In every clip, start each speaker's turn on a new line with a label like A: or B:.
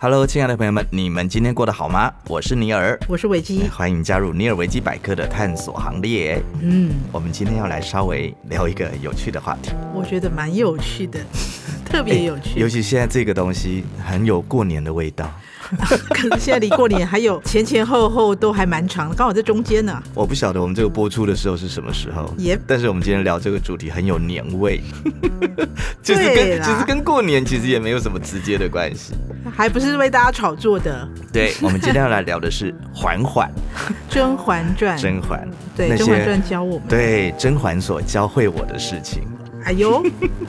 A: Hello，亲爱的朋友们，你们今天过得好吗？我是尼尔，
B: 我是维基。
A: 欢迎加入尼尔维基百科的探索行列。
B: 嗯，
A: 我们今天要来稍微聊一个有趣的话题，
B: 我觉得蛮有趣 的，特别有趣。
A: 尤其现在这个东西很有过年的味道。
B: 可能现在离过年还有前前后后都还蛮长的，刚好在中间呢。
A: 我不晓得我们这个播出的时候是什么时候
B: Yep
A: 但是我们今天聊这个主题很有年 味，就是
B: 对
A: 跟
B: 啦
A: 其实跟过年其实也没有什么直接的关系。
B: 还不是为大家炒作的
A: 对，我们今天要来聊的 是嬛嬛，
B: 《甄嬛传》。
A: 甄嬛，
B: 哎对，
A: 那
B: 《甄嬛传
A: 些》
B: 教我们。
A: 对甄嬛所教会我的事情。
B: 哎呦，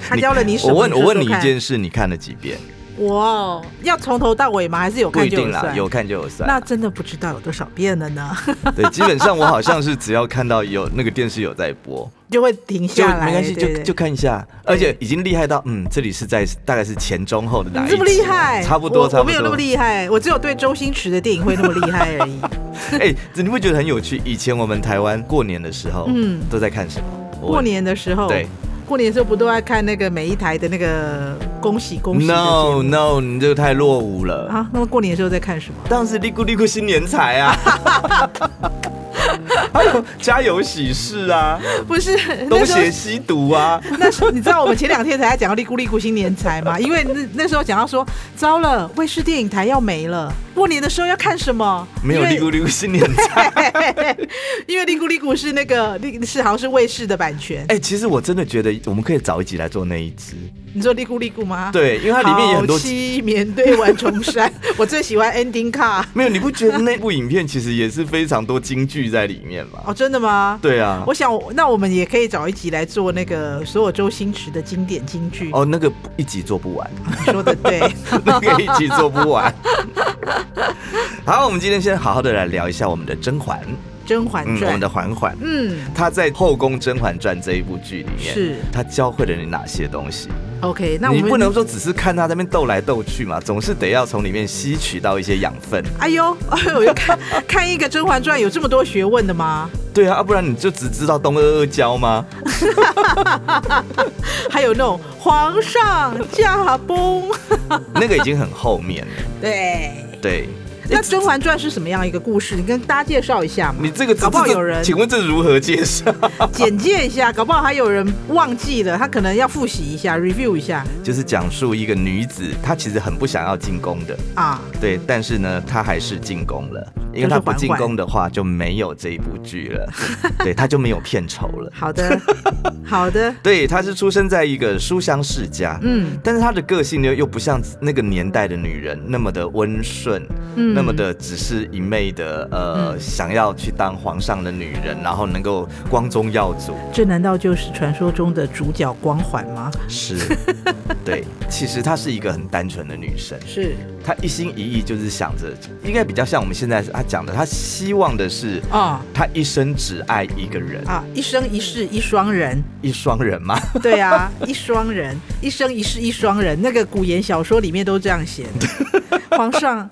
B: 他教了你什么？
A: 我问，
B: 说
A: 我
B: 说
A: 问你一
B: 看，
A: 件事，你看了几遍？
B: 哇哦，要从头到尾吗？还是有
A: 不
B: 看
A: 一
B: 就
A: 定啦，
B: 算？
A: 有看就有算。
B: 那真的不知道有多少遍了呢，
A: 对，基本上我好像是只要看到有那个电视有在 播，
B: 就会停
A: 就
B: 下来。
A: 没关系，
B: 对
A: 就
B: 对
A: 就看一下。而且已经厉害到，嗯，这里是在大概是前中后的哪一
B: 你
A: 集？
B: 这么厉害，
A: 差不多，
B: 我
A: 差
B: 我
A: 不
B: 没有那
A: 多。
B: 么厉害，我只有对周星驰的电影会那么厉害而已。
A: 哎，这你不觉得很有趣？以前我们台湾过年的时候，嗯
B: 嗯，
A: 都在看什么？我
B: 过年的时候，
A: 对，
B: 过年的时候不都在看那个每一台的那个恭喜恭喜的节
A: ，no
B: 目
A: no，你这个太落伍了。
B: 啊？那么过年的时候在看什么？
A: 当时利咕利咕新年财 啊，还有家有喜事啊，
B: 不是 那
A: 东
B: 时候
A: 邪。西毒啊，
B: 那时候你知道我们前两天才在讲到利咕利咕新年财吗？因为那那时候讲到说，糟了，卫视电影台要没了，过年的时候要看什么？
A: 没有
B: 因为
A: 利咕利咕新年财。
B: 因为利咕利咕是那个利是好像是卫视的版权。
A: 哎、其实我真的觉得我们可以找一集来做那一 只，
B: 你说利咕利咕吗？，
A: 对，因为它里面有很多。
B: 七面对完 重山，我最喜欢 ending card。
A: 没有，你不觉得那部影片其实也是非常多京剧在里面吗？
B: 哦，真的吗？
A: 对啊，
B: 我想，那我们也可以找一集来做那个所有周星驰的经典京剧。
A: 哦，那个一集做不完，
B: 你说的对，
A: 那个一集做不完。 好，我们今天先好好的来聊一下我们的甄嬛，
B: 《甄嬛
A: 嗯，我
B: 传
A: 们》的嬛嬛，
B: 嗯
A: 她在《后宫甄嬛传》这一部剧里面，
B: 是
A: 她教会了你哪些东西？
B: o k 那我
A: 你
B: 们
A: 不能。说只是看她在那边斗来斗去嘛，总是得要从里面吸取到一些养分。
B: 哎呦，哎呦，我就看看一个《甄嬛传》有这么多学问的吗？
A: 对啊，啊不然你就只知道东阿阿胶 吗？
B: 还有那种皇上 驾崩，
A: 那个已经很后面了。
B: 对。
A: 对，
B: 那《甄嬛传》是什么样一个故事？你跟大家介绍一下嘛。
A: 你啊这个
B: 搞不好
A: 这
B: 有人
A: 请问这如何介绍？
B: 简介一下，搞不好还有人忘记了，他可能要复习一下、review 一下
A: 就是讲述一个女子，她其实很不想要进宫的，
B: 啊。
A: 对，但是呢，她还是进宫了，因为
B: 就是
A: 她不
B: 嬛
A: 进
B: 嬛
A: 宫的话就没有这一部剧 了，对，她就没有片酬了。
B: 好的，好的，
A: 对，她是出生在一个书香世家，
B: 嗯
A: 但是她的个性呢，又不像那个年代的女人那么的温顺，
B: 嗯
A: 那么的只是一昧的呃、想要去当皇上的女人，然后能够光宗耀祖。
B: 这难道就是传说中的主角光环吗？
A: 是， 对，其实她是一个很单纯的女生，
B: 是
A: 她一心一意就是想着，应该比较像我们现在她讲的，她希望的是。
B: 啊、
A: 她一生只爱一个人，
B: 啊，一生一世一双 人，
A: 一双人嘛，
B: 对啊，一双人，一生一世一双人，那个古言小说里面都这样写 的。皇上，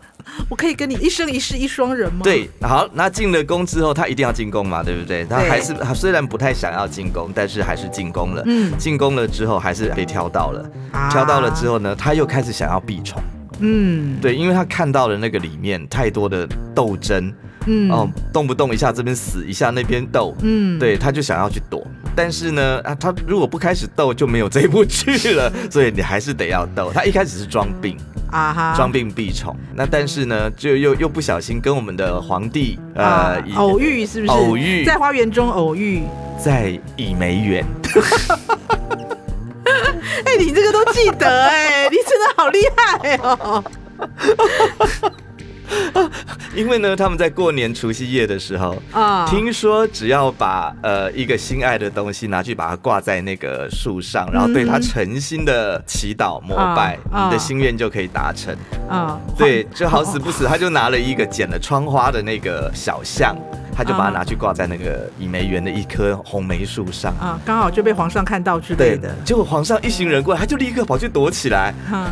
B: 我可以跟你一生一世一双人吗？，
A: 对，好，那进了宫之后，她一定要进宫嘛，对不对？她
B: 对
A: 还是她虽然不太想要进宫，但是还是进宫了。
B: 嗯
A: 进宫了之后还是被挑到了，
B: 啊
A: 挑到了之后呢，她又开始想要避宠，
B: 嗯
A: 对，因为她看到了那个里面太多的斗争，
B: 嗯
A: 哦，动不动一下这边死，一下那边斗，
B: 嗯，
A: 对，他就想要去躲。但是呢，啊，他如果不开始斗，就没有这部剧了。 所以你还是得要斗。他一开始是装病，
B: 啊哈，
A: 装病避宠。那但是呢，就又又不小心跟我们的皇帝呃
B: 啊
A: 以
B: 偶遇是不是？
A: 偶遇
B: 在花园中偶遇。
A: 在倚梅园，
B: 哎、你这个都记得 哎、你真的好厉害哦！
A: 因为呢，他们在过年除夕夜的时候。
B: 啊，
A: 听说只要把呃一个心爱的东西拿去把它挂在那个树上，然后对它诚心的祈祷膜
B: 啊
A: 拜，你的
B: 嗯啊
A: 心愿就可以达成。
B: 啊，
A: 对，就好死不死，他就拿了一个剪了窗花的那个小象，他就把它拿去挂在那个倚梅园的一棵红梅树上。
B: 啊，刚好就被皇上看到之类
A: 对
B: 的。
A: 结果皇上一行人过来，他就立刻跑去躲起来。
B: 哈，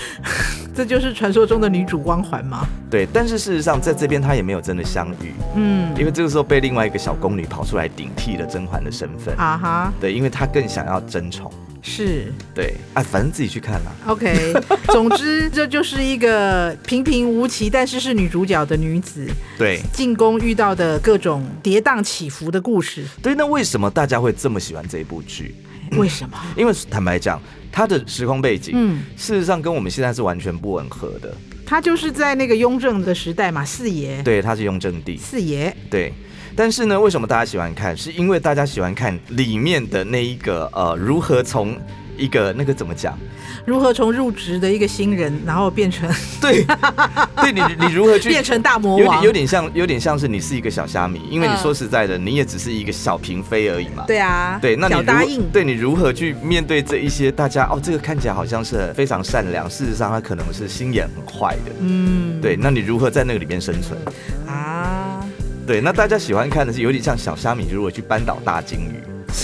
B: 这就是传说中的女主光环吗？
A: 对，但是事实上，在这边他也没有真的相遇，
B: 嗯，
A: 因为这个时候被另外一个小宫女跑出来顶替了甄嬛的身份。
B: 啊哈，
A: 对，因为她更想要争宠。
B: 是
A: 对，啊，反正自己去看啦。
B: OK，总之这就是一个平平无奇，但是是女主角的女子
A: 对
B: 进宫遇到的各种跌宕起伏的故事。
A: 对，那为什么大家会这么喜欢这一部剧？
B: 为什么？
A: 因为坦白讲，它的时空背景，
B: 嗯，
A: 事实上跟我们现在是完全不吻合的。
B: 她就是在那个雍正的时代嘛，四爷，
A: 对，它是雍正帝，
B: 四爷，
A: 对。但是呢，为什么大家喜欢看？是因为大家喜欢看里面的那一个呃，如何从一个那个怎么讲？
B: 如何从入职的一个新人，然后变成
A: 对，对你你如何去
B: 变成大魔
A: 有
B: 王
A: 点有？点像，有点像是你是一个小虾米，因为你
B: 嗯
A: 说实在的，你也只是一个小嫔妃而已嘛。
B: 对啊，
A: 对，那你
B: 小
A: 如
B: 答应，
A: 对你如何去面对这一些大家哦，这个看起来好像是非常善良，事实上他可能是心眼很坏的。
B: 嗯，
A: 对，那你如何在那个里面生存？
B: 啊，
A: 对，那大家喜欢看的是有点像小虾米如何去扳倒大金鱼。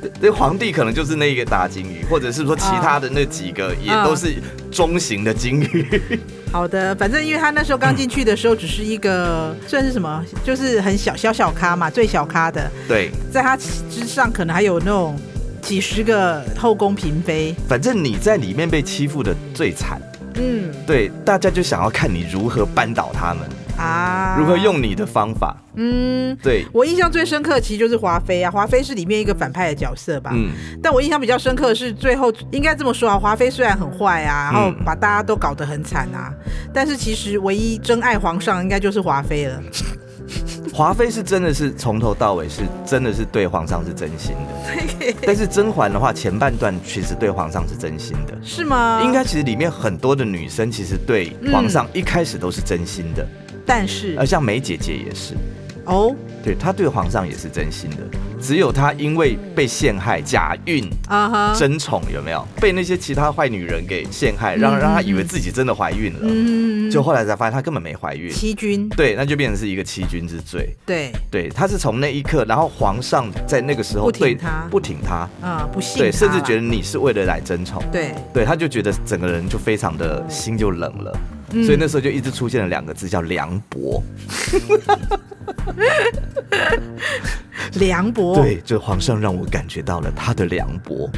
A: 对对，皇帝可能就是那个大金鱼，或者是说其他的那几个也
B: 嗯
A: 都是中型的金鱼。
B: 好的，反正因为他那时候刚进去的时候，只是一个算是什么，就是很小小小咖嘛，最小咖的，
A: 对，
B: 在他之上可能还有那种几十个后宫嫔妃，
A: 反正你在里面被欺负的最惨，
B: 嗯
A: 对，大家就想要看你如何扳倒他们，
B: 啊，
A: 如何？用你的方法。
B: 嗯，
A: 对，
B: 我印象最深刻其实就是华妃啊，华妃是里面一个反派的角色吧，
A: 嗯，
B: 但我印象比较深刻的是，最后应该这么说啊，华妃虽然很坏啊，然后
A: 嗯
B: 把大家都搞得很惨啊，但是其实唯一真爱皇上应该就是华妃了。
A: 华妃是真的是从头到尾是真的是对皇上是真心的，但是甄嬛的话，前半段其实对皇上是真心的。
B: 是吗？
A: 应，该其实里面很多的女生其实对皇上一开始都是真心的，
B: 但是
A: 而像梅姐姐也是，
B: 哦
A: 对她对皇上也是真心的，只有她因为被陷害假孕
B: 啊哈，
A: 争宠有没有被那些其他坏女人给陷害，让
B: 嗯
A: 让她以为自己真的怀孕了，
B: 嗯，
A: 就后来才发现她根本没怀孕，
B: 欺君，
A: 对，那就变成是一个欺君之罪。
B: 对，
A: 对，她是从那一刻，然后皇上在那个时候
B: 不挺
A: 对
B: 她
A: 不挺她，
B: 啊、不信，
A: 对，甚至觉得
B: 得，
A: 你是为了来争宠，
B: 对，
A: 对，他就觉得整个人就非常的心就冷了，
B: 嗯
A: 所以那时候就一直出现了两个字叫凉薄，
B: 梁博，
A: 对，就皇上让我感觉到了他的凉薄，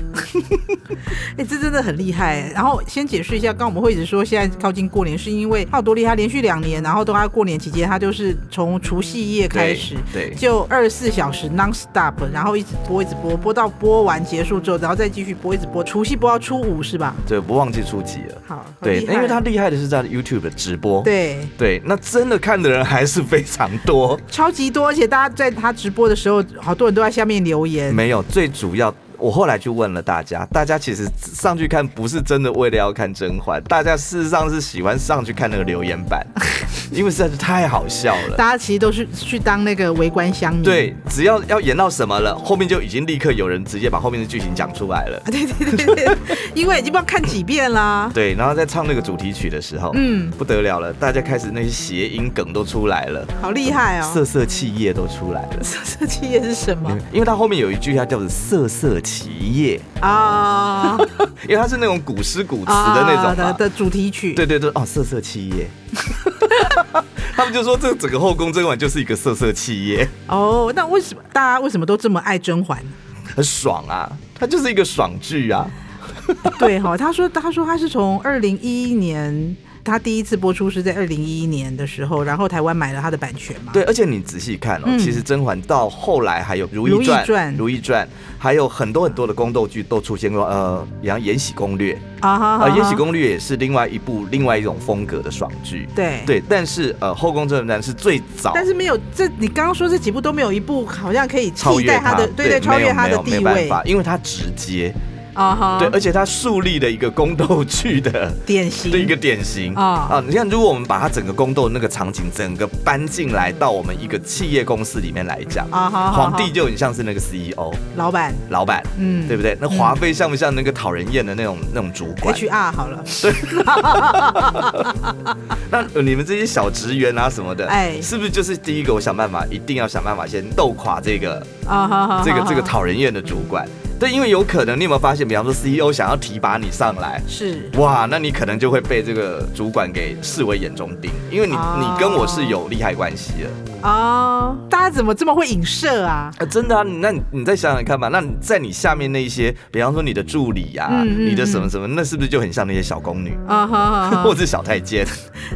B: 哎、这真的很厉害。然后先解释一下，刚刚我们会一直说现在靠近过年，是因为奥多利他连续两年，然后都他过年期间，他就是从除夕夜开始，
A: 对对
B: 就二十四小时 non stop，然后一直播，一直播，播到播完结束之后，然后再继续播，一直播，除夕播到初五是吧？
A: 对，不忘记初级了，
B: 好，好
A: 对，
B: 厉
A: 那
B: 害
A: 因为他厉害的是在 YouTube 的直播，
B: 对。
A: 对，那真的看的人还是非常多，
B: 超级多，而且大家在他直播的时候，好多人都在下面留言。
A: 没有，最主要。我后来去问了大家，大家其实上去看不是真的为了要看甄嬛，大家事实上是喜欢上去看那个留言板，因为实在是太好笑了。
B: 大家其实都是去当那个围观乡民，
A: 对，只要要演到什么了，后面就已经立刻有人直接把后面的剧情讲出来了。
B: 啊对对对对，因为已经不知道看几遍啦。
A: 对，然后在唱那个主题曲的时候，
B: 嗯，
A: 不得了了，大家开始那些谐音梗都出来了，
B: 好厉害哦！
A: 色色气业都出来了。
B: 色企业是什么
A: 因为它后面有一句，它叫做“色色其业
B: 啊？”，
A: 因为它是那种古诗古词
B: 啊
A: 的那种嘛。
B: 的的主题曲，
A: 对对对，哦，色色气业， 他们就说这整个后宫甄嬛就是一个色色气业，
B: 哦，那为什么大家为什么都这么爱甄嬛？
A: 很爽啊，它就是一个爽剧啊。
B: 对哈、他说他说他是从二零一一年。他第一次播出是在二零一一年的时候，然后台湾买了他的版权嘛。
A: 对，而且你仔细看哦，
B: 嗯
A: 其实甄嬛到后来还有《如
B: 如
A: 懿
B: 懿
A: 传》《
B: 传
A: 如懿传》，还有很多很多的宫斗剧都出现过，呃，然后《延禧攻略》
B: 啊哈，
A: 啊，
B: 哈
A: 《延禧
B: 哈
A: 攻略》也是另外一部另外一种风格的爽剧。
B: 对，
A: 对，但是呃，《后宫甄嬛传》是最早，
B: 但是没有这你刚刚说这几部都没有一部好像可以
A: 超
B: 替
A: 越
B: 代他的，对
A: 对，
B: 超
A: 没
B: 越
A: 有
B: 他
A: 没
B: 的
A: 有没
B: 地
A: 办
B: 位
A: 法，因为它直接
B: 啊哈，
A: 对，而且它树立了一个宫斗剧的。
B: 典型
A: 的一个典型
B: 啊
A: 啊、你看，如果我们把它整个宫斗那个场景整个搬进来到我们一个企业公司里面来讲，
B: 啊哈，哈
A: 皇帝就很像是那个 CEO
B: 老板，
A: 老板，
B: 嗯，
A: 对不
B: 对
A: 对？那华妃像不像那个讨人厌的那种那种主管？
B: ？HR 好了，
A: 那呃你们这些小职员啊什么的，
B: 哎
A: 是不是就是第一个？我想办法，一定要想办法先斗垮这个
B: 啊哈哈，
A: 这个这个
B: 哈
A: 讨人厌的主管。对，因为有可能你有没有发现，比方说 CEO 想要提拔你上来，
B: 是
A: 哇，那你可能就会被这个主管给视为眼中钉，因为你、
B: 哦
A: 你跟我是有利害关系的。
B: 哦，大家怎么这么会影射啊？
A: 啊，真的啊，你那你你再想想看吧，那你在你下面那一些，比方说你的助理呀、
B: 嗯嗯
A: 你的什么什么，那是不是就很像那些小宫女？
B: 啊哈哈
A: 或
B: 哈！
A: 者是小太监，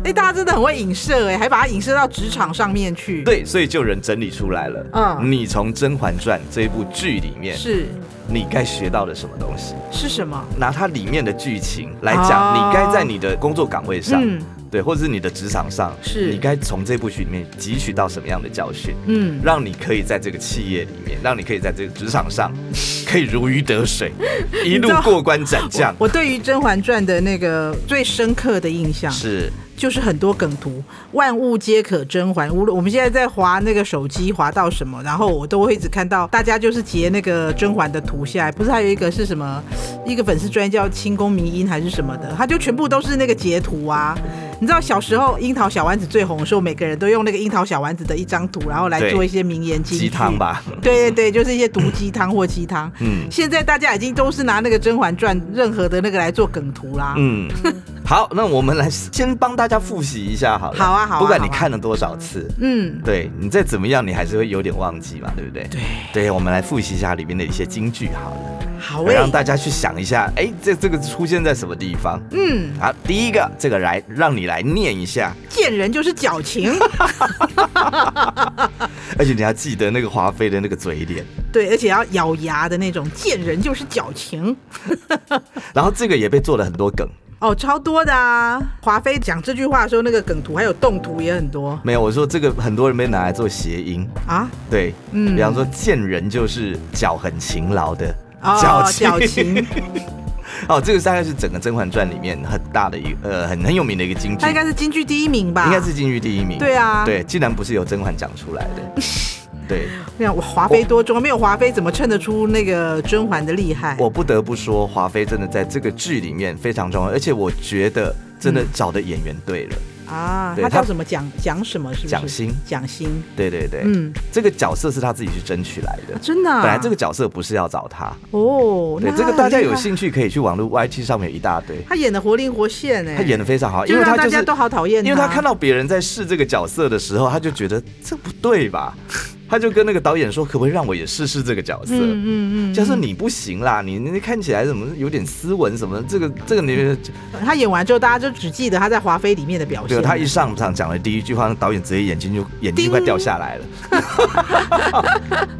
B: 哎，大家真的很会影射哎、还把它影射到职场上面去。，
A: 对，所以就有人整理出来了。
B: 嗯
A: 你从《甄嬛传》这一部剧里面，
B: 是
A: 你该学到了什么东西？
B: 是什么？
A: 拿它里面的剧情来讲，
B: 哦
A: 你该在你的工作岗位上，
B: 嗯
A: 对，或者是你的职场上，
B: 是
A: 你该从这部剧里面汲取到什么样的教训，
B: 嗯，
A: 让你可以在这个企业里面，让你可以在这个职场上，可以如鱼得 水，一路
B: 你知道
A: 过关斩将。
B: 我对于《甄嬛传》的那个最深刻的印象
A: 是，
B: 就是很多梗图，万物皆可甄嬛。无论我们现在在划那个手机，划到什么，然后我都会一直看到大家就是截那个甄嬛的图下来。不是还有一个是什么？一个粉丝专业叫清宫迷音还是什么的，他就全部都是那个截图啊。你知道小时候樱桃小丸子最红的时候，每个人都用那个樱桃小丸子的一张图，然后来
A: 对
B: 做一些名言金句
A: 鸡汤。吧，
B: 对对对，就是一些毒鸡汤或鸡汤。
A: 嗯
B: 现在大家已经都是拿那个《甄嬛传》任何的那个来做梗图啦。
A: 嗯。好，那我们来先帮大家复习一下好了。
B: 好啊好啊
A: 不管
B: 好
A: 你
B: 啊
A: 看了多少次，
B: 嗯，
A: 对你再怎么样，你还是会有点忘记嘛，对不对？
B: 对，
A: 对，我们来复习一下里面的一些金句好了，
B: 好诶、
A: 让大家去想一下，哎，这这个出现在什么地方？
B: 嗯，
A: 好，第一个，这个来让你来念一下，
B: 见人就是 矫情，
A: 而且你要记得那个华妃的那个嘴脸。
B: 对，而且要咬牙的那种，见人就是矫情。
A: 然后这个也被做了很多梗，
B: 哦，超多的啊！华妃讲这句话的时候，那个梗图还有动图也很多
A: 没有，我说这个很多人被拿来做谐音，
B: 啊。
A: 对，
B: 嗯
A: 比方说见人就是脚很勤劳的。
B: 哦
A: 矫
B: 矫情，
A: 哦，这个大概是整个《甄嬛传》里面很大的一个呃很很有名的一个金句
B: 他应，该是京剧第一名吧？
A: 应该是金句第一名。
B: 对啊
A: 对，竟然不是由甄嬛讲出来 的，对。
B: 那样。华妃多中，没有华妃怎么衬得出那个甄嬛的厉害？
A: 我不得不说，华妃真的在这个剧里面非常重要，而且我觉得真的找的演员对了。
B: 啊，
A: 对
B: 他
A: 他
B: 叫什么蒋蒋什么？是不是？
A: 蒋欣
B: 蒋欣，
A: 对对对，
B: 嗯，
A: 这个角色是他自己去争取来的
B: 啊。真的啊、
A: 本来这个角色不是要找他，
B: 哦，
A: 对
B: 那
A: 这个
B: 他
A: 大家
B: 很厉
A: 有
B: 害，
A: 兴趣可以去网络 YT 上面有一大堆，
B: 他演的活灵活现哎、
A: 他演的非常好，
B: 就
A: 因为
B: 让
A: 他
B: 大
A: 就
B: 家
A: 是
B: 都好讨厌
A: 因为他看到别人在试这个角色的时候，他就觉得这不对吧，他就跟那个导演说，可不可以让我也试试这个角色？
B: 嗯嗯嗯嗯，
A: 就是你不行啦，你你看起来怎么有点斯文什么？这个这个你
B: 他演完之后，大家就只记得他在华妃里面的表
A: 对
B: 现。
A: 他一上场讲的第一句话，那导演直接眼睛就眼睛
B: 叮
A: 快掉下来了，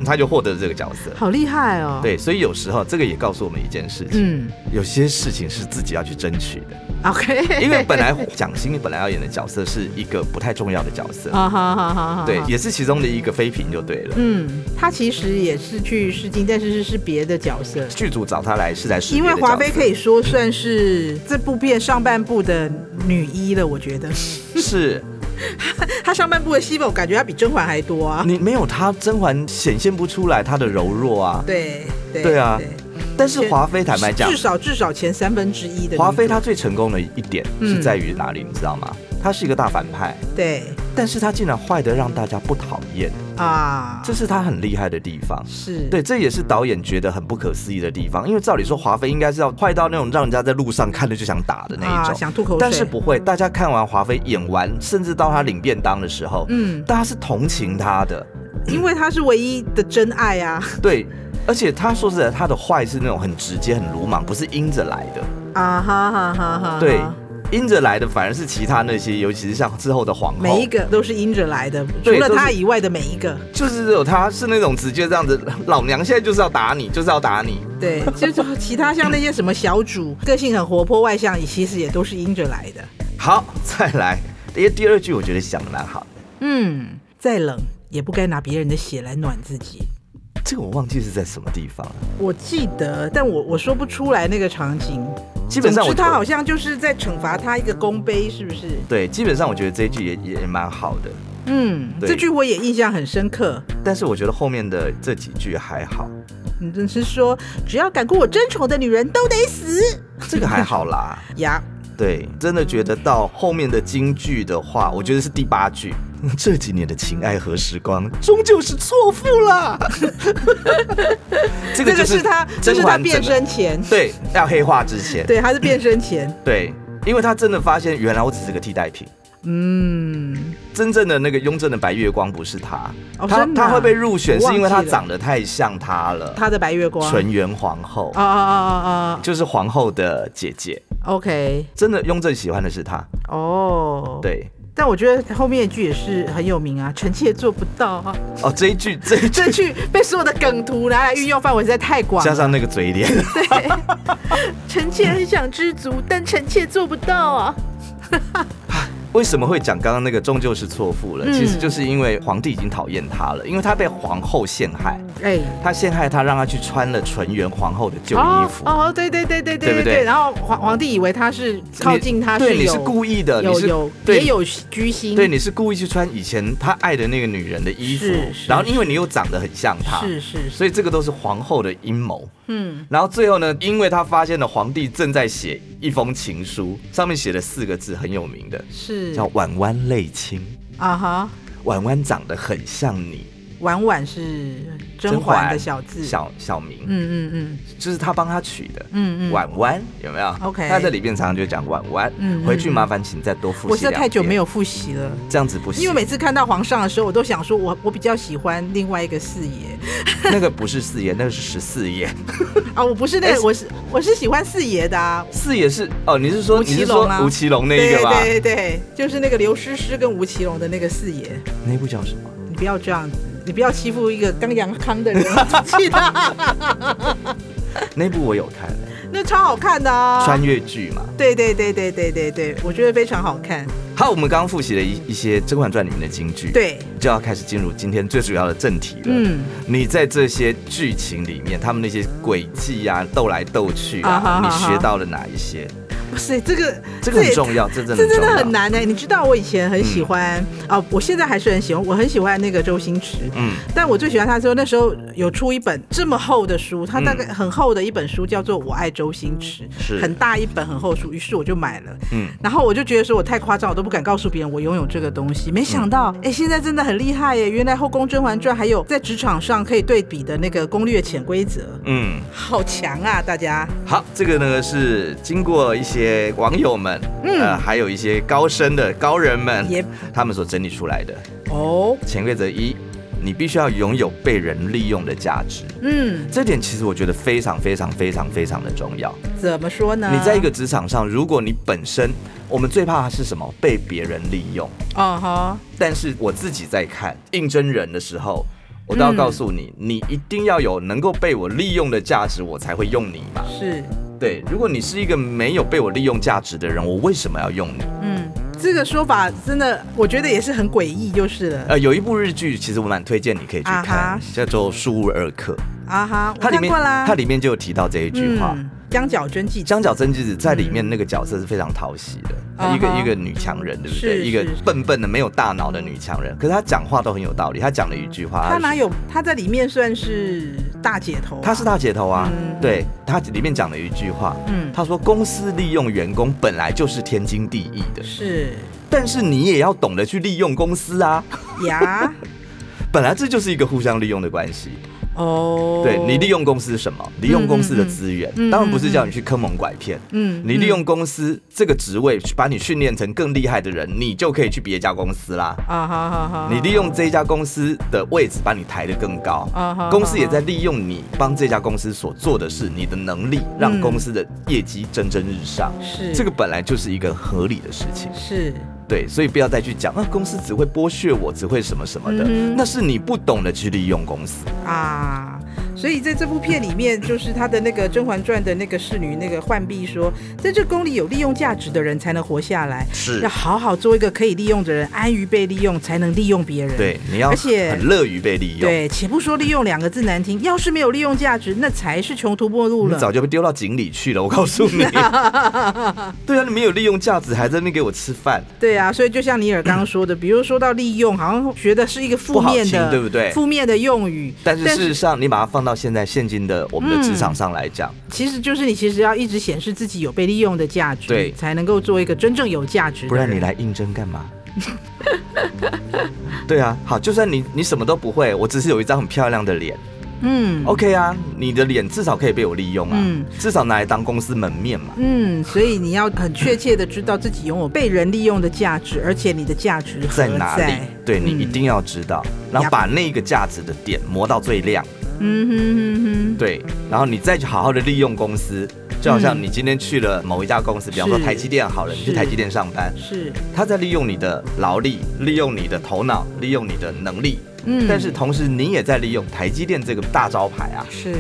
A: 他就获得了这个角色。
B: 好厉害哦。，
A: 对，所以有时候这个也告诉我们一件事情，
B: 嗯
A: 有些事情是自己要去争取的，
B: ，OK，
A: 因为本来蒋欣本来要演的角色是一个不太重要的角色，
B: 啊，好好好好，
A: 对，
B: 好
A: 也是其中的一个妃嫔就对了。
B: 嗯，他其实也是去试镜，但是是是别的角色。
A: 剧组找他来是来饰
B: 因
A: 演
B: 为
A: 的
B: 华
A: 角
B: 妃
A: 色，
B: 可以说算是这部片上半部的女一了，我觉得
A: 是
B: 她上半部的戏份，我感觉她比甄嬛还多啊。
A: 你没有她，甄嬛显现不出来她的柔弱啊。
B: 对对
A: 对啊但是华妃坦白讲
B: 至，少至少前三分之一的女主
A: 华妃她最成功的一点
B: 嗯
A: 是在于哪里，你知道吗？她是一个大反派，
B: 对
A: 但是她竟然坏的让大家不讨厌，
B: 啊，
A: 这是她很厉害的地方。
B: 是
A: 对，这也是导演觉得很不可思议的地方，因为照理说华妃应该是要坏到那种让人家在路上看了就想打的那一
B: 啊，
A: 种，
B: 想吐口水，
A: 但是不会，大家看完华妃演完，甚至到她领便当的时候，
B: 嗯，
A: 大家是同情她的，
B: 因为她是唯一的真爱啊
A: 对，而且她说实在，她的坏是那种很直接、很鲁莽，不是阴着来的，
B: 啊哈哈哈哈，
A: 对，阴着来的反而是其他那些，尤其是像之后的皇后，
B: 每一个都是因着来的，除
A: 对
B: 了
A: 都是
B: 他以外的每一个，
A: 就是只有她是那种直接这样子，老娘现在就是要打你，就是要打你，
B: 对，就是其他像那些什么小主，个性很活泼外向，其实也都是因着来的。
A: 好，再来。因为第二句我觉得想的蛮好的，
B: 嗯，再冷也不该拿别人的血来暖自己。
A: 这个我忘记是在什么地方了。
B: 我记得，但我我说不出来那个场景。
A: 基本上我
B: 总之他好像就是在惩罚他一个功碑，是不是？
A: 对，基本上我觉得这一句也也也蛮好的，
B: 嗯，
A: 对
B: 这句我也印象很深刻。
A: 但是我觉得后面的这几句还好，
B: 你真是说，只要敢跟我争宠的女人都得死
A: 这个还好啦。
B: 呀！嗯
A: 对，真的觉得到后面的京剧的话，我觉得是第八句， 这几年的情爱和时光，终究是错付了。 这
B: 这
A: 个
B: 个
A: 就是
B: 是他，这
A: 甄
B: 是他
A: 嬛
B: 变
A: 整个
B: 身前，
A: 对要黑化之前，
B: 对，他是变身前，
A: 对，因为他真的发现原来我只是个替代品。
B: 嗯，
A: 真正的那个雍正的白月光不是他，
B: 哦
A: 他
B: 真的啊
A: 他会被入选
B: 我忘
A: 是因为他
B: 记了
A: 长得太像他了，
B: 他的白月光，
A: 纯元皇后
B: 啊啊啊啊
A: 就是皇后的姐姐。
B: 啊，OK，
A: 真的，雍正喜欢的是她。
B: 哦，，
A: 对，
B: 但我觉得后面一句也是很有名啊，臣妾做不到 啊，
A: 哦，这一句，这一句
B: 这句被所有的梗图拿来运用范围实在太广
A: 加
B: 了。
A: 上那个嘴脸，
B: 臣妾很想知足，但臣妾做不到啊。
A: 为什么会讲刚刚那个终究是错付了？
B: 嗯
A: 其实就是因为皇帝已经讨厌他了，因为他被皇后陷害，
B: 哎、
A: 他陷害他，让他去穿了纯元皇后的旧衣
B: 哦
A: 服。
B: 哦，对对对对对
A: 对不对
B: 然后皇皇帝以为他是靠近他
A: 对，
B: 是
A: 你
B: 有
A: 是故意的，你
B: 有
A: 是
B: 有
A: 对
B: 也有居心，
A: 对，你是故意去穿以前他爱的那个女人的衣服
B: 是，是
A: 然后因为你又长得很像她，
B: 是是是，
A: 所以这个都是皇后的阴谋。
B: 嗯，
A: 然后最后呢，因为他发现了皇帝正在写一封情书，上面写了四个字很有名的，
B: 是
A: 叫“婉婉泪清
B: 啊哈，”，
A: 婉婉长得很像你，
B: 婉婉是甄嬛的小字，
A: 小小名，
B: 嗯嗯嗯
A: 就是他帮他取的。
B: 嗯嗯，
A: 婉婉有没有
B: OK
A: 他在里面常常就讲婉婉，
B: 嗯嗯
A: 回去
B: 嗯
A: 麻烦请再多复习
B: 我实在
A: 两
B: 太久没
A: 遍
B: 有复习了。
A: 这样子不行，
B: 因为每次看到皇上的时候，我都想说我，我比较喜欢另外一个四爷
A: 那个不是四爷，那个是十四 爷。
B: 啊，我不是
A: 哎
B: 那个，我是我是喜欢四爷的啊，
A: 四也是哦，你是说
B: 吴
A: 你
B: 奇
A: 是说
B: 隆啊
A: 吴奇隆那一个吧？
B: 对对对，就是那个刘诗诗跟吴奇隆的那个四爷，
A: 那一部叫什么？
B: 你不要这样子，你不要欺负一个刚阳康的人，气他，
A: 那一部我有看，
B: 那超好看的啊！
A: 穿越剧嘛。
B: 对对对对对对对，我觉得非常好看。
A: 好，我们刚刚复习了一一些《甄嬛传》里面的京剧，，
B: 对，
A: 就要开始进入今天最主要的正题了。
B: 嗯，
A: 你在这些剧情里面，他们那些诡计啊、斗来斗去
B: 啊哈
A: 啊，你
B: 啊哈
A: 学到了哪一些？
B: 哇塞，这个
A: 这个很
B: 也
A: 重要，这真的
B: 这
A: 很
B: 真
A: 重
B: 的
A: 要。嗯
B: 很。难哎、你知道我以前很喜欢、哦，我现在还是很喜欢，我很喜欢那个周星驰。
A: 嗯，
B: 但我最喜欢他之后，那时候有出一本这么厚的书，它大概很厚的一本书，叫做《我爱周星驰》，
A: 嗯是
B: 很大一本很厚的书，于是我就买了。
A: 嗯，
B: 然后我就觉得说我太夸张，我都不敢告诉别人我拥有这个东西。没
A: 嗯
B: 想到，哎、现在真的很厉害耶！原来《后宫甄嬛传》还有在职场上可以对比的那个攻略潜规则，
A: 嗯，
B: 好强啊！大家，
A: 好，这个呢是经过一些网友们，嗯、还有一些高深的高人们
B: Yep
A: 他们所整理出来的。
B: 哦，
A: 潜规则一，你必须要拥有被人利用的价值。
B: 嗯，
A: 这点其实我觉得非常非常非常非常的重要。
B: 怎么说呢？
A: 你在一个职场上，如果你本身，我们最怕的是什么？被别人利用。
B: 哦哈，
A: 但是我自己在看应征人的时候，我都要告诉你，
B: 嗯
A: 你一定要有能够被我利用的价值，我才会用你嘛。
B: 是，
A: 对，如果你是一个没有被我利用价值的人，我为什么要用你？
B: 嗯，这个说法真的，我觉得也是很诡异，就是了。
A: 呃，有一部日剧，其实我蛮推荐你可以去
B: 啊哈
A: 看，叫做《苏尔尔克》，
B: 啊哈，我
A: 它里
B: 看
A: 面
B: 过啦。
A: 它里面就有提到这一句话。
B: 嗯，江角真纪子
A: 江角真纪子在里面那个角色是非常讨喜的，
B: 嗯
A: 一个、
B: 啊哈
A: 一个女强人，对不
B: 是
A: 对？一个
B: 是
A: 笨笨的没有大脑的女强人，可是她讲话都很有道理。她讲了一句话，
B: 他
A: 她
B: 哪
A: 是
B: 有？他在里面算是大姐头啊、
A: 她是大姐头啊，
B: 嗯
A: 对她里面讲了一句话，
B: 嗯，
A: 她说公司利用员工本来就是天经地义的，
B: 是
A: 但是你也要懂得去利用公司啊，
B: 呀，
A: 本来这就是一个互相利用的关系。
B: 哦，
A: 对你利，用公司什么？利用公司的资源，
B: 嗯嗯嗯
A: 当然不是叫你去坑蒙拐骗，
B: 嗯
A: 你利用公司这个职位去把你训练成更厉害的人，你就可以去别家公司啦。
B: 啊，好好好，
A: 你利用这家公司的位置把你抬得更高
B: 啊哈，
A: 公司也在利用你帮这家公司所做的事，你的能力让公司的业绩蒸蒸日上。
B: 是
A: 这个本来就是一个合理的事情，
B: 是
A: 对，所以不要再去讲啊，公司只会剥削我，只会什么什么的，
B: 嗯
A: 那是你不懂得去利用公司。
B: 啊。所以在这部片里面，就是他的那个《甄嬛传》的那个侍女那个浣碧说，在这宫里有利用价值的人才能活下来，
A: 是
B: 要好好做一个可以利用的人，安于被利用，才能利用别人。
A: 对，你要
B: 而且
A: 很乐于被利用，
B: 对，且不说利用两个字难听，要是没有利用价值，那才是穷途末路
A: 你
B: 了。
A: 早就被丢到井里去了，我告诉 你。对啊，你没有利用价值，还在那边给我吃饭，
B: 对啊，所以就像尼尔刚刚说的，比如说到利用，好像觉得是一个负面
A: 不好
B: 的，
A: 听对不对
B: 负面的用语，
A: 但是事实上，你把它放到现在现今的我们的职场上来讲，
B: 其实就是你其实要一直显示自己有被利用的价值，
A: 对嗯
B: 才能够做一个真正有价值的人。
A: 不然你来应征干嘛？ 对啊，好，就算你你什么都不会，我只是有一张很漂亮的脸
B: 嗯
A: ，OK 啊，你的脸至少可以被我利用啊，
B: 嗯
A: 至少拿来当公司门面嘛。
B: 嗯，所以你要很确切的知道自己拥有被人利用的价值，而且你的价值何
A: 在嗯哪里？对你一定要知道，然后
B: Yup
A: 把那个价值的点磨到最亮，
B: 嗯哼哼哼，
A: 对，然后你再去好好的利用公司，就好像你今天去了某一家公司，比方说
B: 嗯是
A: 台积电好了，你去
B: 是
A: 台积电上班，
B: 是，
A: 他在利用你的劳力，利用你的头脑，利用你的能力，
B: 嗯
A: 但是同时你也在利用台积电这个大招牌啊，
B: 是，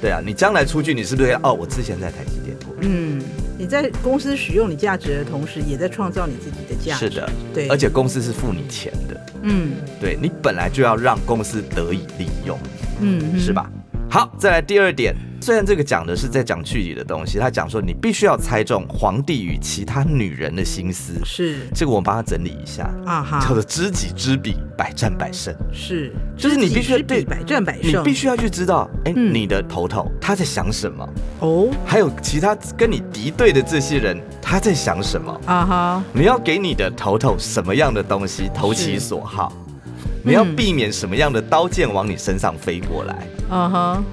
A: 对啊，你将来出去，你是不是要哦？我之前在台积电过，
B: 嗯，你在公司使用你价值的同时，也在创造你自己的价
A: 是
B: 值，
A: 的，
B: 对，
A: 而且公司是付你钱的，
B: 嗯
A: 对你本来就要让公司得以利用。
B: 嗯哼
A: 是？吧？好，再来第二点，虽然这个讲的是在讲距离的东西，他讲说你必须要猜中皇帝与其他女人的心思。
B: 是
A: 这个我帮他整理一下，
B: 啊
A: 叫
B: 哈，
A: 做知己知彼，百战百胜。
B: 是，
A: 就是你必须
B: 知己知彼
A: 对
B: 百战百
A: 你
B: 胜，
A: 必须要去知道，哎、
B: 嗯
A: 你的头头他在想什么，
B: 哦
A: 还有其他跟你敌对的这些人他在想什么。
B: 啊哈，
A: 你要给你的头头什么样的东西，投其
B: 是
A: 所好。你要
B: 嗯
A: 避免什么样的刀剑往你身上飞过来？
B: 嗯哼，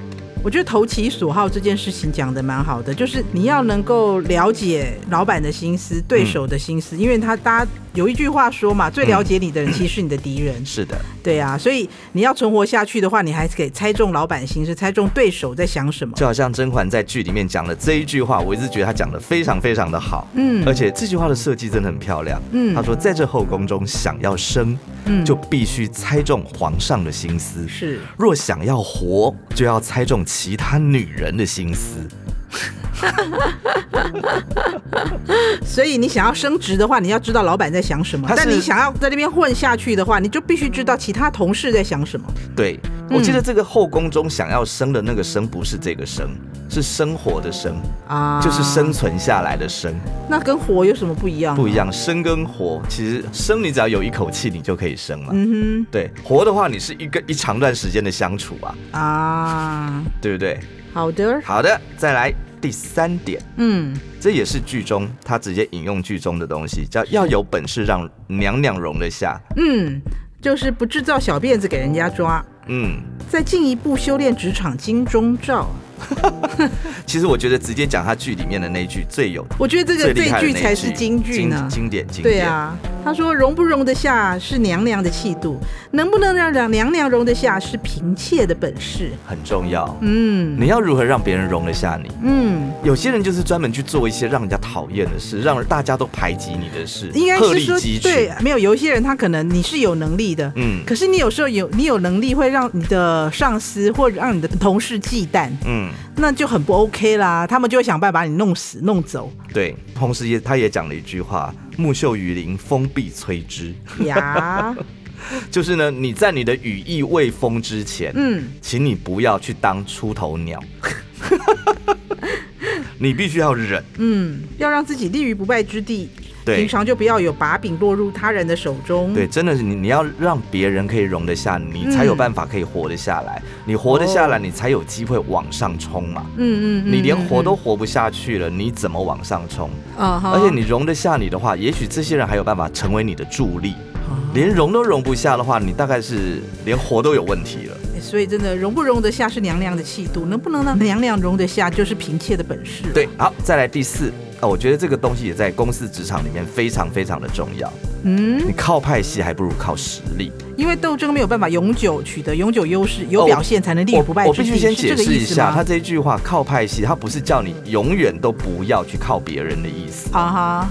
B: 我觉得投其所好这件事情讲的蛮好的，就是你要能够了解老板的心思、对手的心思，因为他大家有一句话说嘛，最了解你的人其实是你的敌人，
A: 是的，
B: 对啊，所以你要存活下去的话，你还是得猜中老板心思，猜中对手在想什么。
A: 就好像甄嬛在剧里面讲的这一句话，我一直觉得她讲的非常非常的好，
B: 嗯
A: 而且这句话的设计真的很漂亮。
B: 嗯
A: 她说在这后宫中想要生，
B: 嗯
A: 就必须猜中皇上的心思；
B: 是
A: 若想要活，就要猜中其他女人的心思。
B: 所以你想要升职的话，你要知道老板在想什么
A: 他；是
B: 但你想要在那边混下去的话，你就必须知道其他同事在想什么。
A: 对，
B: 嗯
A: 我记得这个后宫中想要生的那个生不是这个生，是生活的生，
B: 啊，
A: 就是生存下来的生，
B: 那跟活有什么不一样？
A: 不一样。生跟活，其实生你只要有一口气，你就可以生嘛。
B: 嗯
A: 对，活的话，你是一个一长段时间的相处啊，
B: 哼啊，
A: 对不对？
B: 好的，
A: 好的，再来第三点，
B: 嗯，
A: 这也是剧中他直接引用剧中的东西，叫要有本事让娘娘容得下。
B: 嗯，就是不制造小辫子给人家抓，
A: 嗯，
B: 再进一步修炼职场金钟罩。
A: 其实我觉得直接讲他剧里面的那一句最有
B: 我觉得这
A: 最
B: 个这
A: 厉
B: 一
A: 害的那
B: 句
A: 一
B: 才是金句呢。
A: 经经典经典。
B: 对，啊，他说容不容得下是娘娘的气度，能不能让娘娘容得下是嫔妾的本事。
A: 很重要。
B: 嗯
A: 你要如何让别人容得下你？
B: 嗯，
A: 有些人就是专门去做一些让人家讨厌的事，让大家都排挤你的事，
B: 应该
A: 鹤
B: 是
A: 立
B: 说
A: 鸡群。
B: 对，没有有一些人他可能你是有能力的，
A: 嗯
B: 可是你有时候有你有能力会让你的上司或者让你的同事忌惮，
A: 嗯，
B: 那就很不 OK 啦，他们就会想办法把你弄死弄 走
A: 对。同时也，他也讲了一句话：“木秀于林，风必摧之。”
B: 呀。
A: 就是呢，你在你的羽翼未丰之前，
B: 嗯，
A: 请你不要去当出头鸟， 你必须要忍。
B: 嗯，要让自己立于不败之地，
A: 对
B: 平常就不要有把柄落入他人的手中。
A: 对，，真的是你，你要让别人可以容得下你，你才有办法可以活得下来。你活得下来，
B: 哦
A: 你才有机会往上冲嘛。
B: 嗯嗯嗯，
A: 你连活都
B: 嗯，
A: 活不下去了，你怎么往上冲？
B: 嗯
A: 而且你容得下你的话，也许这些人还有办法成为你的助力。
B: 哦
A: 连容都容不下的话，你大概是连活都有问题了。
B: 你，所以真的容不容得下是娘娘的气度，能不能让娘娘容得下就是嫔妾的本事。，
A: 对，好，再来第四。啊，我觉得这个东西也在公司职场里面非常非常的重要。
B: 嗯，
A: 你靠派系还不如靠实力。
B: 因为斗争没有办法永久取得永久优势，
A: 哦
B: 有表现才能立于
A: 我
B: 不败
A: 我
B: 之
A: 必
B: 地。
A: 须先
B: 是
A: 解
B: 这个
A: 释
B: 意
A: 一
B: 思
A: 下，
B: 吗
A: 他这一句话靠派系，他不是叫你永远都不要去靠别人的意思。
B: 啊哈。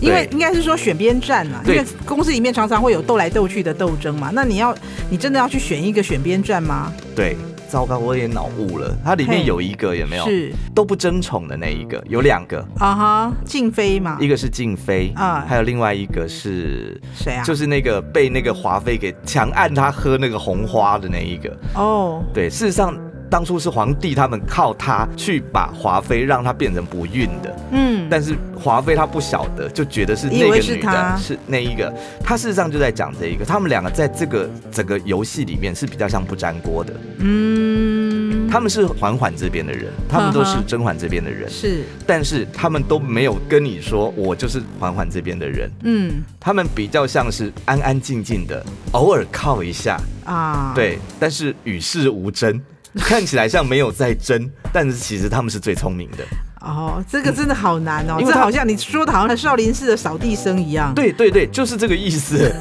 B: 因为
A: 对
B: 应该是说选边站嘛，因
A: 对
B: 为公司里面常常会有斗来斗去的斗争嘛。那你要，你真的要去选一个选边站吗？
A: 对，糟糕，我有点脑雾了。它里面
B: 嘿
A: 有一个有没有
B: 是
A: 都不争宠的那一个，有两个，
B: 啊哈，静妃嘛
A: 一，个是静妃
B: 啊
A: 还有另外一个是。
B: 谁啊？
A: 就是那个被那个华妃给强按他喝那个红花的那一个，
B: 哦，
A: 对，事实上当初是皇帝他们靠他去把华妃让她变成不孕的，
B: 嗯，
A: 但是华妃她不晓得，就觉得是那
B: 以
A: 个
B: 为是
A: 女的
B: 她
A: 是那一个，她事实上就在讲这一个，他们两个在这个整个游戏里面是比较像不粘锅的，
B: 嗯，
A: 他们是嬛嬛这边的人，他们都是
B: 嗯哼
A: 甄嬛这边的人，
B: 是，
A: 但是他们都没有跟你说我就是嬛嬛这边的人，
B: 嗯
A: 他们比较像是安安静静的，偶尔靠一下，
B: 啊，，
A: 对，但是与世无 争，看起来像没有在争，但是其实他们是最聪明的。
B: 哦，这个真的好难哦，
A: 因为
B: 这
A: 他
B: 好像你说的好像少林寺的扫地僧一样。，
A: 对对对，就是这个意 思。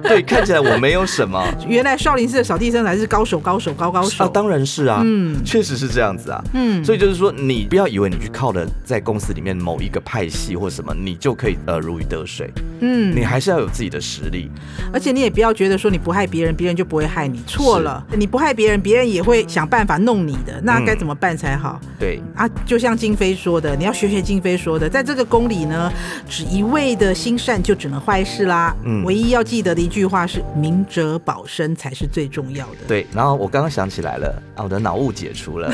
A: 对，看起来我没有什么
B: 原来少林寺的扫地僧才是高手，高手，高高手。
A: 啊，当然是啊，
B: 嗯
A: 确实是这样子啊。
B: 嗯，
A: 所以就是说，你不要以为你去靠了在公司里面某一个派系或什么，你就可以呃如鱼得水。
B: 嗯，
A: 你还是要有自己的实力。
B: 而且你也不要觉得说你不害别人，别人就不会害你。错了，你不害别人，别人也会想办法弄你的。那该怎么办才好？
A: 对，
B: 啊，就像金飞说的，你要学学金飞说的，在这个宫里呢，只一味的心善就只能坏事啦。
A: 嗯
B: 唯一要记得的一句话是“明哲保身”才是最重要的。
A: 对，然后我刚刚想起来了啊，我的脑雾解除 了，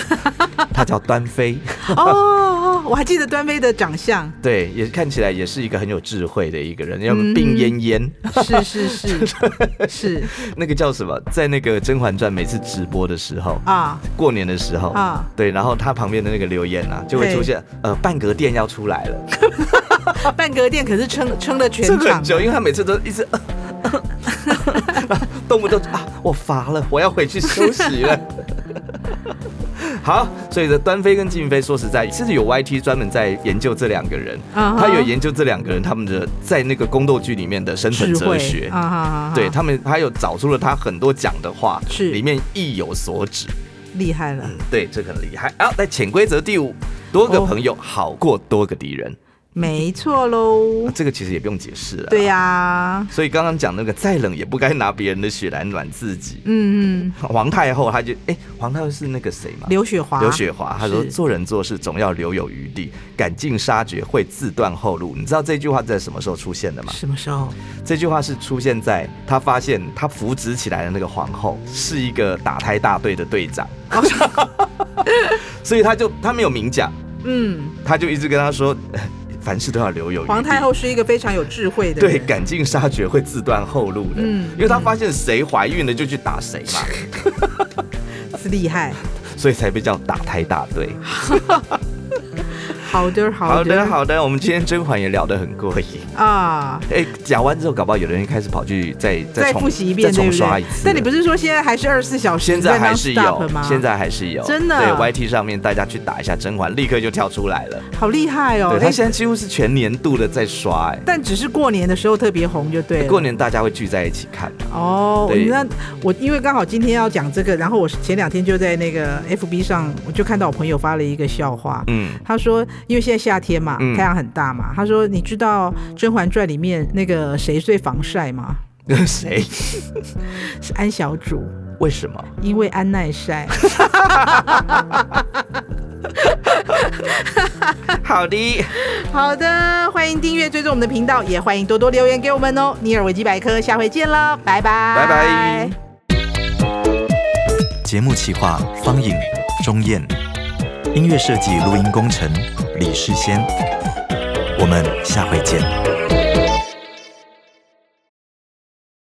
A: 她叫端妃，
B: 哦哦，哦我还记得端妃的长相，
A: 对，也看起来也是一个很有智慧的一个人，要
B: 嗯
A: 病恹恹，
B: 是是是 是
A: 那个叫什么，在那个《甄嬛传》每次直播的时候，
B: 啊
A: 过年的时候
B: 啊
A: 对，然后他旁边的那个留言啊，就会
B: 嘿
A: 出现呃，半格殿要出来了，
B: 半格殿可是撑撑了全
A: 这个
B: 场啊
A: 很久，因为他每次都一直，呃呃动不动就啊，我乏了，我要回去休息了。 好，所以呢，端妃跟静妃说实在，其实有 YT 专门在研究这两个人
B: 啊哈
A: 他有研究这两个人他们的在那个宫斗剧里面的生存
B: 智
A: 哲
B: 慧
A: 学。
B: 啊哈哈哈
A: 对他们，他有找出了他很多讲的话，
B: 是
A: 里面意有所指。嗯
B: 厉害了。
A: 对，这个很厉害。好，那潜规则第五，多个
B: 哦
A: 朋友好过多个敌
B: 嗯
A: 人，
B: 没错喽
A: 那，这个其实也不用解释了。
B: 对呀、
A: 所以刚刚讲那个再冷也不该拿别人的血来暖自己。
B: 嗯嗯，
A: 皇太后她就哎、皇太后是那个谁嘛？
B: 刘雪华，
A: 刘雪华，她说
B: 是
A: 做人做事总要留有余地，赶尽杀绝会自断后路。你知道这句话在什么时候出现的吗？
B: 什么时候？
A: 这句话是出现在她发现她扶植起来的那个皇后是一个打胎大队的队长， 所以她就她没有明讲，
B: 嗯，
A: 她就一直跟她说，呃凡事都要留有余地。
B: 皇太后是一个非常有智慧的
A: 对，
B: 人，
A: 赶尽杀绝会自断后路的，
B: 嗯
A: 因为她发现谁怀孕了就去打谁 嘛，
B: 是厉害。
A: 所以才被叫打胎大队。
B: 好的，
A: 好
B: 好
A: 的，好的，我们今天甄嬛也聊得很过瘾。
B: 啊。
A: 哎，讲完之后，搞不好有的人开始跑去再
B: 再
A: 重
B: 复习一遍，
A: 再
B: 对
A: 重
B: 不
A: 刷
B: 对
A: 一次？。
B: 但你不是说现在还是二十四小时？
A: 现在还是
B: non-stop
A: 有
B: 吗？，
A: 现在还是有，
B: 真的
A: 对 YT 上面大家去打一下甄嬛，立刻就跳出来了。
B: 好厉害哦！
A: 对，他
B: 哎
A: 现在几乎是全年度的在刷，哎，
B: 但只是过年的时候特别红，就对了。
A: 过年大家会聚在一起看啊嘛。
B: 哦，
A: 对
B: 那我因为刚好今天要讲这个，然后我前两天就在那个 FB 上，我就看到我朋友发了一个笑话，
A: 嗯，
B: 他说，因为现在夏天嘛
A: 嗯，
B: 太阳很大嘛。他说，你知道《甄嬛传》里面那个谁最防晒吗？
A: 谁？
B: 是安小主，
A: 为什 么？
B: 因为安耐晒。
A: 好的，
B: 好的，欢迎订阅追踪我们的频道，也欢迎多多留言给我们哦。尼尔维基百科，下回见了，拜拜，
A: 拜拜。
C: 节目企划方颖、钟燕，音乐设计、录音工程李世先。我们下回见。